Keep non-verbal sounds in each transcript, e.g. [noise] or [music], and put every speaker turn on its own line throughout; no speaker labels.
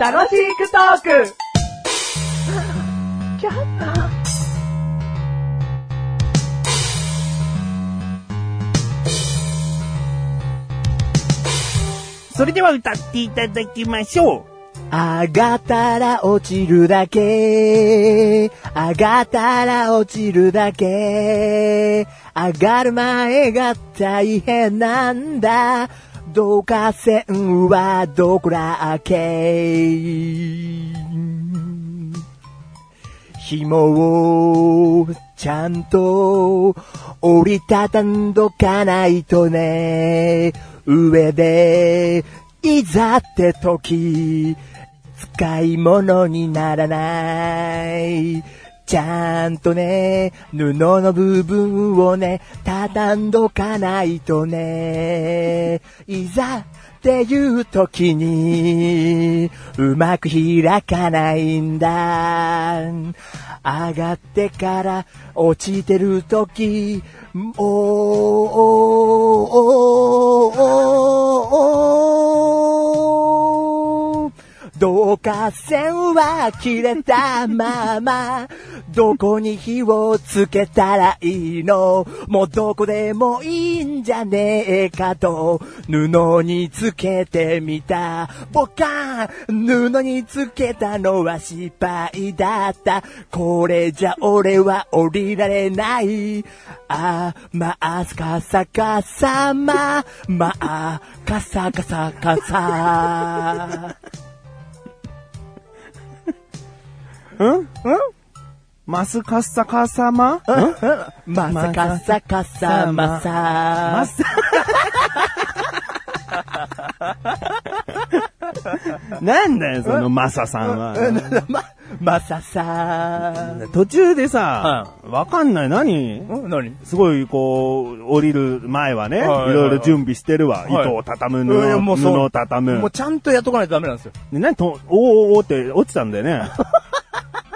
楽しくトーク
それでは歌っていただきましょ
上がったら落ちるだけ。上がったら落ちるだけ。上がる前が大変なんだ。導火線はどこだっけ紐をちゃんと折りたたんどかないとね。上でいざって時、使い物にならない。ちゃんとね、布の部分をね、畳んどかないとね、いざっていう時に、うまく開かないんだ。上がってから落ちてる時、おーおーおーおーおー導火線は切れたまま、どこに火をつけたらいいのもうどこでもいいんじゃねえかと、布につけてみた。ボカン布につけたのは失敗だった。これじゃ俺は降りられない。あ、まあ、かさかさま、まあ、かさかさかさ。
う。んんマスカッサカサマ
まさかさかさま
マ
さ。
ス。なんだよ、そのマサさんは。
ま、まささ。
途中でさ、わかんない。何
ん、なに
すごい、こう、降りる前はね、い
はいはい
ろいろ準備してるわ。
い
糸を畳む、
いや
布
も
を
うそう
布を畳
も
む
う。ちゃんとやっとかないとダメなんですよ。
で、何と、おーおーおーって落ちたんだよ [laughs] ね。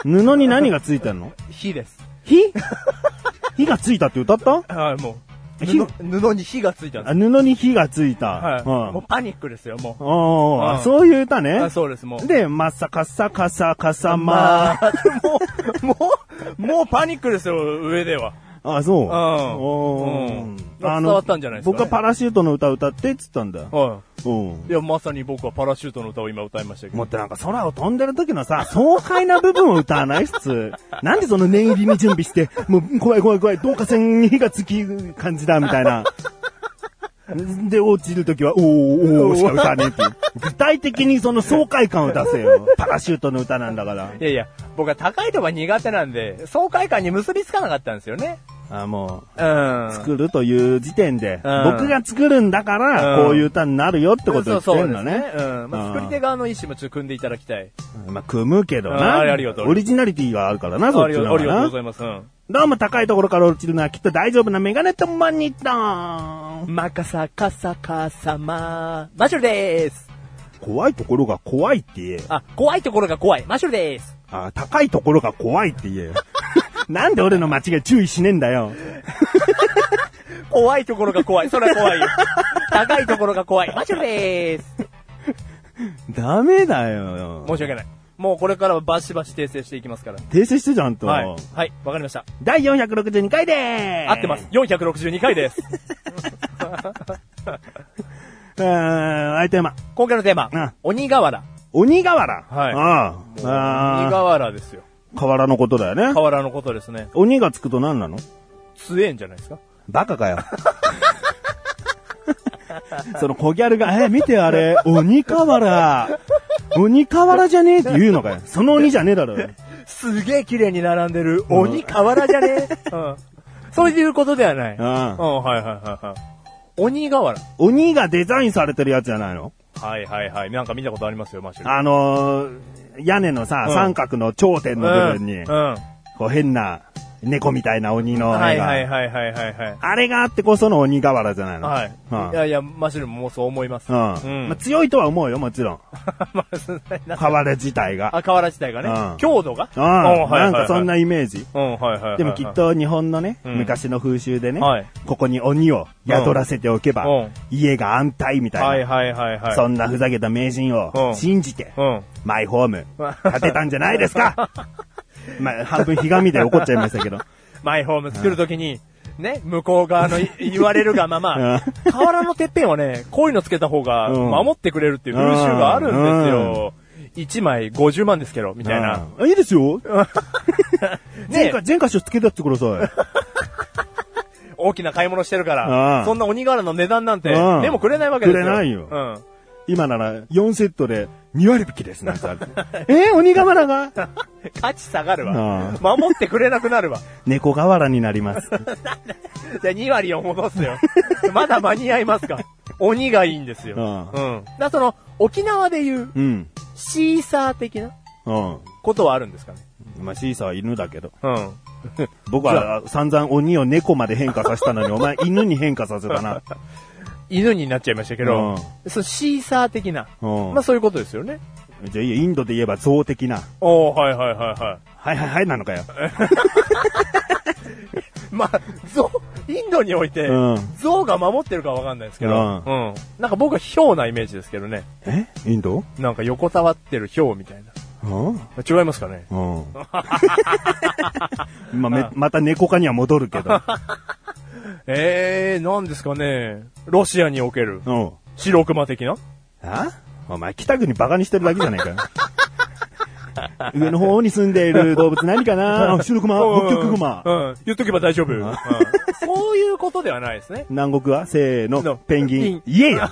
布に何がついてんの
火です。
[laughs] 火火がついたって歌った
はい、もう。
火
布布に火がついたんで
あ
す。
布に火がついた。
はい。もう
は
パニックですよ、も
い。おー
うん
そういう歌
う。あ
ね。
そうです、もう。
で、まさかさかさかさま。
あ、 [laughs] もう、もう、もうパニックですよ、上では。
あ、そう。
うん
おー
うん伝わったんじゃないですかね
僕はパラシュートの歌歌ってっつったんだ。
は
うん
い。いや、まさに僕はパラシュートの歌を今歌いましたけど。
もってなんか空を飛んでる時のさ、爽快な部分を歌わない普通。 [laughs] なんでその念入りに準備して、もう怖い怖い怖い、導火線に火がつき感じだ、みたいな。 [laughs] で、落ちる時は、おーおーしか歌わねえっていう。具体的にその爽快感を出せよ。パラシュートの歌なんだから。
いやいや、僕は高いとか苦手なんで、爽快感に結びつかなかったんですよね。
あ、もう。
うん。
作るという時点で、
うん
僕が作るんだから、
うん
こういう歌になるよってことを言ってん
そ
だ
う
ね。
そうですうん。まあ、
うん
作り手側の意思もちょっと組んでいただきたい。
まあ、組むけどな。
あありがとう
オリジナリティがあるからな、そ
あ
っ
り
ち
が
の
と
方
うあり
が
がとう
な
ござ。います。うん。
どうも高いところから落ちるのはきっと大丈夫なメガネとマニタン。
マカサカサカサママシュルでーす。
怖いところが怖いって言えよ。
あ、怖いところが怖い。マシュルでーす。
あ、高いところが怖いって言えよ。 [laughs] なんで俺の間違い注意しねえんだよ。
怖いところが怖い。それは怖いよ。 [laughs] 高いところが怖い。マシュルでーす。
ダメだよ。
申し訳ない。もうこれからはバシバシ訂正していきますから。
訂正してちゃんと。
はい。はい。わかりました。
第462回でーす。
合ってます。。462回です。 [laughs]
うーん、相手山。
今回のテーマ。
うん
鬼瓦。
鬼瓦。
はい
ああ。
鬼
ああ。
瓦ですよ。
河原のことだよね。
瓦のことですね。
鬼がつくと何なの
強えんじゃないですか
バカかよ。 [laughs] その小ギャルが、え、見てあれ、鬼瓦。鬼瓦じゃねえって言うのかよ。その鬼じゃねえだ
[laughs]
ろ。
すげえ綺麗に並んでる。鬼瓦じゃねえ、 [laughs] うん、そういうことではない。うん、
う
はいはいはいはい。鬼瓦。
ん。鬼がデザインされてるやつじゃないの
はいはいはい。なんか見たことありますよ、マシュル。
あのー、屋根のさ、
うん
三角の頂点の部分に、
うん。うん
こう変な、猫みたいな鬼の絵が。
はいはいはいはいはいはい。
あれがあってこその鬼瓦じゃないの。
はい。
うん
いやいや、マシュルももうそう思います。
うん
うん
まあ、強いとは思うよ、もちろん。
[laughs] まあ、そんなにな
瓦自体が。
あ、河原自体が
う
ね
ん、
強度が
うん。
はいは
ない
はい
んかそん。なイメージ。
うん、はいはいはい。
でもきっ、と日本のね、
うん
昔の風習でね、
はい
ここに鬼を宿らせておけば、
うん
家が安泰みたいな、
はいはいはいはい。
そんなふざけた名人
う
を
ん
信じて、
うん。
マイホーム建てたんじゃないです
[laughs]
かまあ、半分ひがみで怒っちゃいましたけど。
マイホーム作るときに、ね、向こう側のい [laughs] 言われるがまま、河原のてっぺんはね、こういうのつけた方が
うん
守ってくれるっていう風習があるんですよ。1枚50万ですけど、みたいな。
うんいいです
[laughs]
よ。全
ね
箇、全箇所つけたってください。
大きな買い物してるか
うん
ら、そんな鬼瓦の値段なんて
うん、
でもくれないわけですよ。
くれないよ
うん。
今なら4セットで2割引きですなんてあ
[laughs]
る。えー鬼瓦が
価値下がる
う
わ
ん。
守ってくれなくなるわ。
猫瓦になります。
じゃあ2割を戻すよ。 [laughs] まだ間に合いますか鬼がいいんですよ。
う
うんん。だからその、沖縄でいう
うん。
シーサー的な
うん。
ことはあるんですかね。
まあ、シーサーは犬だけど。
うん。
僕は散々鬼を猫まで変化させたのに、 [laughs] お前犬に変化させたな。
犬になっちゃいましたけど、そうシーサー的な、
うん
まあそういうことですよね。
じゃあいいよインドで言えば象的な。
おおはいはいはいは
はいはいはいなのかよ。
い。まあ、象、インドにおいて、
うん
象が守ってるかわかんないですけど、
う
うんん、なんか僕はヒョウなイメージですけどね。
えインド
なんか横たわってるヒョウみたいな。
うん [laughs]
違いますかね
うん。まあ、め、また猫科には戻るけ [laughs] ど。
えー、なんですかねロシアにおける、
うん。
白熊的な
あお前、北国バカにしてるだけじゃねえ [laughs] かよ。上の方に住んでいる動物何かな [laughs] あ白熊、北極熊。
うん、言っとけば大丈夫。うんそういうことではないですね。
南国はせーの、
の
ペンギン。言えよ [laughs]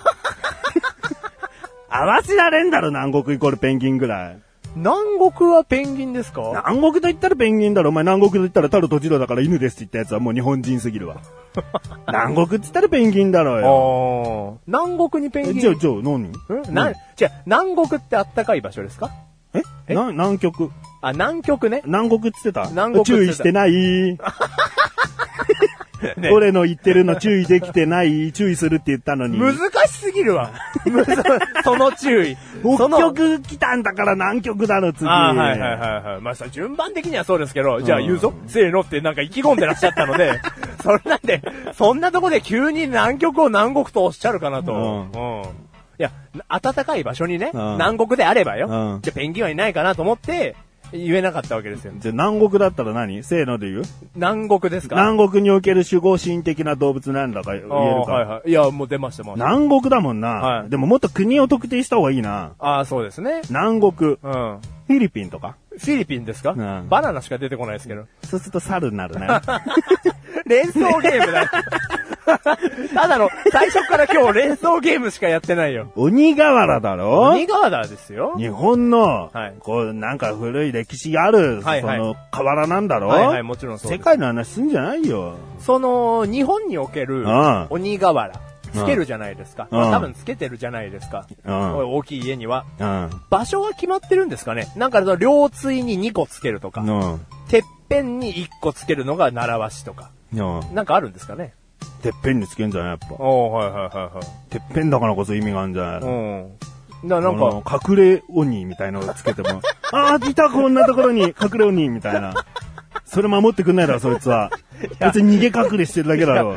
合わせられんだろ、南国イコールペンギンぐらい。
南国はペンギンですか
南国と言ったらペンギンだろ。お前南国と言ったらタルトジロだから犬ですって言ったやつはもう日本人すぎるわ。 [laughs] 南国って言ったらペンギンだろ
あ
よ。
ー南国にペンギン。
じゃあ、じゃあ何
んな、じゃあ南国ってあったかい場所ですか
え
え
な南極
あ、南極ね。
南国っつってた
南国
注意
っつってた
してない。
[laughs] ね
俺の言ってるの注意できてない。注意するって言ったのに。
難しすぎる
[laughs]
わ。むずその注意。そ
北
の
極来たんだから南極だろ、次。
あーはいはいはいはい。まあ、それ順番的にはそうですけど、じゃあ言うぞ、せーのってなんか意気込んでらっしゃったの
[laughs]
で、それなんで、そんなとこで急に南極を南国とおっしゃるかなと。
うん
うんいや、暖かい場所にね、
うん
南国であればよ、
うん
じゃあペンギンはいないかなと思って、言えなかったわけですよ。
じゃあ南国だったら何せーので言う
南国ですか
南国における守護神的な動物なんだか言えるか。
あーはいはい。いや、もう出ました、もう。
南国だもんな、
はい
でももっと国を特定した方がいいな。
ああ、そうですね。
南国、フ
うん。
ィリピンとか。
フィリピンですか、
うん
バナナしか出てこないですけど。
そうすると猿にな
[laughs]
るね。
連想ゲームだよ。 [laughs] ただの、最初から今日連想ゲームしかやってないよ。
鬼瓦だろ
鬼ガーダーですよ。
日本の、
はい
こう、なんか古い歴史がある、
はいはい
その、河原なんだろ
はいはい、もちろんそう
世
です。
界の話すんじゃないよ。
その、日本における
うん、
鬼瓦、つけるじゃないですか。
うん
まあ多分つけてるじゃないですか。
うん
大きい家には。
うん。
場所は決まってるんですかねなんかその、両対に2個つけるとか、
うん。
てっぺんに1個つけるのが習わしとか。
うん。
なんかあるんですかね
てっぺんにつけんじゃないやっぱ。
おはいはいはいはい。
てっぺんだからこそ意味があるんじゃない
うん。な、なん
あ
か
の、隠れ鬼みたいなのをつけても、 [laughs] ああ、いた、こんなところに、隠れ鬼みたいな。それ守ってくんないだろ、そいつは。別に逃げ隠れしてるだけだろ。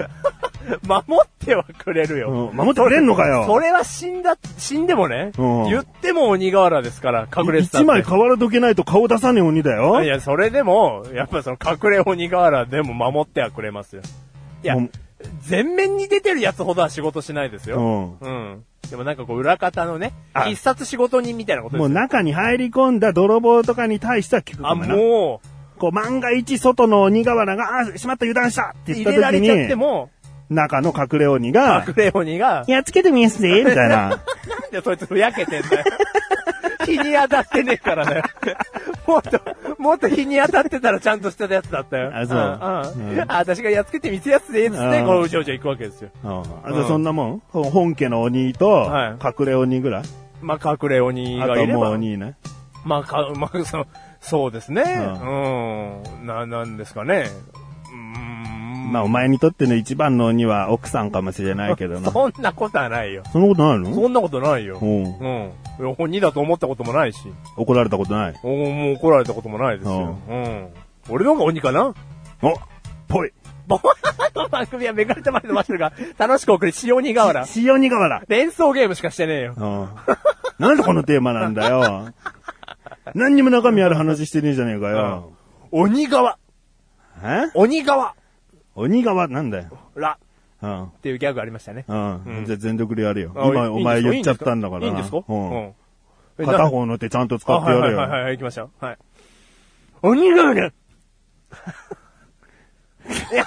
守ってはくれるよ。
うん守ってくれんのかよ。
それは死んだ、死んでもね、
うん
言っても鬼瓦ですから、隠れてたっ
一
て
枚瓦どけないと顔出さねえ鬼だよ。
いや、それでも、やっぱその隠れ鬼瓦でも守ってはくれますよ。いや
もう、
全面に出てるやつほどは仕事しないです
う
よ。
ん。
うん。でもなんかこう、裏方のね
あ、
必殺仕事人みたいなことで
もう
すよ。
中に入り込んだ泥棒とかに対しては聞く
あ、
かもな。
も
こう万が一外の鬼瓦が、あー、しまった油断したっ
う、
て
入
言った
れら
時
れちゃって
に、
も、
中の隠れ鬼が
隠、れ鬼が、
やっつけてみんすぜ、みたいな。
なんでそいつふやけてん
[laughs]
だよ。日に当たってねえからね。もっと、もっと日に当たってたらちゃんとしてたやつだったよ。
あそうん
うん。あ、私がやっつけてみせやつでええっつって、
うん
このうじょうじょ行くわけですよ。
うんあじゃあそんなもんほ本家の鬼と
は、
隠れ鬼ぐらい、
まあ、隠れ鬼
あ
が
と
いれ
もう
ば。
鬼ね。
まあ、か、まあ、その、 [laughs] そうですね。
う
うん。な、なんですかね。うーん。
まあ、お前にとっての一番の鬼は奥さんかもしれないけどな。
そんなことはないよ。
そんなことないの
そんなことないよ
う。ん。
うん。本人だと思ったこともないし、
怒られたことない。
おもう怒られたこともないですよ。うん。俺の方が鬼かな
おぽい
ボーナの番組はめがれてまいりましたが、楽しく送り、塩鬼瓦。
塩に河原
連想ゲームしかしてねえよ。
うん。なんでこのテーマなんだよ。何にも中身ある話してねえじゃねえかよ。
鬼側
え
鬼側
鬼側なんだよ。
ら
うん。
っていうギャグありましたね。
う。
うんん
じゃあ全力でやるよ。
あいい
今お前言っちゃったんだからな。
いいんですか
う
いいん
ん。
ですかうん。
片
っ
方の手ちゃんと使ってや
は
れ
いはいはい
よ。
はい、行きましょう。はい。鬼側がいや、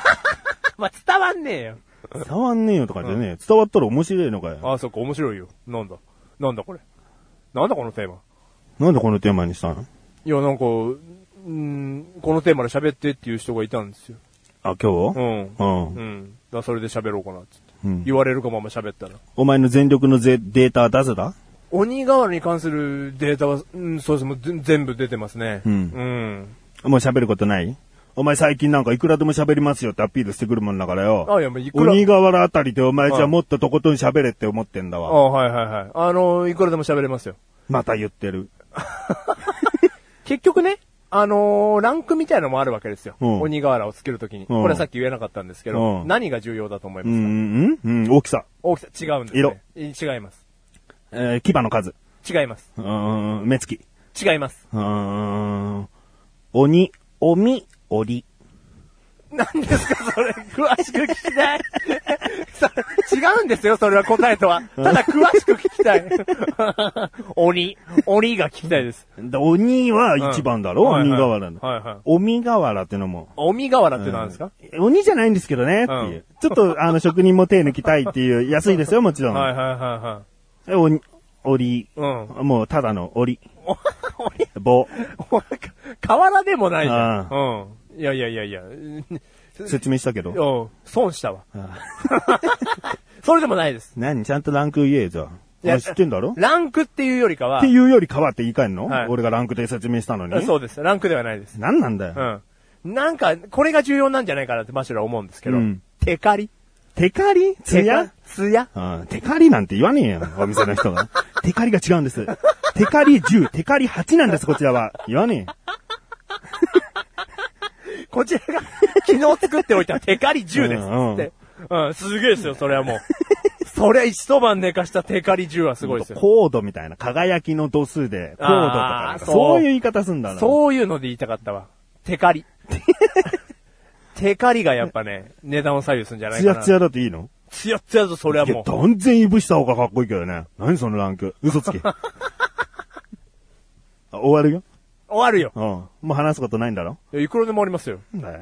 まあ、伝わんねえよ。
触んねえよとかじゃねえよ。伝わったら面白いのかよ。
あ、そっか、面白いよ。なんだ。なんだこれ。なんだこのテーマ。
なんでこのテーマにしたの
いや、なんか、うん、このテーマで喋ってっていう人がいたんですよ。
あ、今
う
日
ん。
うん
うん。だからそれで喋ろうかなっつって、
うん
言われるがまま喋ったら。
お前の全力のぜデータ出せた
鬼瓦に関するデータは、うん、そうですね、もうぜ全部出てますね。
うんもう喋ることないお前最近なんかいくらでも喋りますよってアピールしてくるもんだから
うん。あ、
よ。
いや、もういくら。
鬼瓦あたりでお前じゃ
は
あ
い
もっととことん喋れって思ってんだ
あ
わ。
はいはいはい。あの、いくらでも喋れますよ。
また言ってる。
結局ね、あのーランクみたいなのもあるわけですよ。
うん
鬼瓦をつけるときに、
うん
これはさっき言えなかったんですけど、
うん
何が重要だと思いま
う
すか、
ん、うん、うん、大きさ。
大きさ違うんです、ね。色違います。
えー、牙の数。
違います。
うーん、目つき。
違います。
うーん、鬼、おみ、おり。
何ですか、それ。詳しく聞きたい。 [laughs] それ違うんですよ、それは答えとは。ただ、詳しく聞きたい。
[laughs]
鬼。鬼が聞きたいです。
で鬼は一番だろ、
はいは
鬼
い
瓦の。
はいはい
鬼瓦ってのも。
鬼瓦って何ですか、
鬼じゃないんですけどね、っていう。ちょっと、あの、職人も手抜きたいって
[laughs]
いう、安いですよ、もちろん。
はいはいは
え鬼、折り、
いはい。うん。 [laughs]
もうただの折り、 [laughs] 棒、
俺、瓦でもないじゃん。
う
うん。いやいやいやいや。うん
説明したけど。
うん損したわ。
ああ
[laughs] それでもないです。
何ちゃんとランク言えじゃん。
いや
あ知ってんだろっ
ランクっていうよりかは
て、いうよりかはって言い換えんの、
はい
俺がランクで説明したのに。
そうです。ランクではないです。
何なんだよ。
うん。なんか、これが重要なんじゃないかなってマシュラ思うんですけど。
うん
テカリ
テカリツヤ
ツヤ
うんテカリなんて言わねえよ、お店の人
[laughs]
が。テカリが違うんです。テカリ10、テカリ8なんです、こちらは。言わね
こちらが、 [laughs] 昨日作っておいたテカリ10です。
うんうん
つって。うん、すげえですよ、それはもう。そりゃ一晩寝かしたテカリ10はす
え。
ごいですよ。
コードみたいな、輝きの度数で、コードとかなん
あ
か、
ー
そういう言い方すんだな。
そういうので言いたかったわ。テカ [laughs] リ。テカリがやっぱね、値段を左右するんじゃない
ツ
か
ヤ
な。
ツヤだっていいの
ツヤツヤぞ、それはい
や
も、う。
断然いぶした方がかっこいいけどね。何そのランク。嘘
[laughs]
つけ。あ終わるよ。
終わるよ。
うん。もう話すことないんだろ
いやいくらでもありますよ。
なんだよ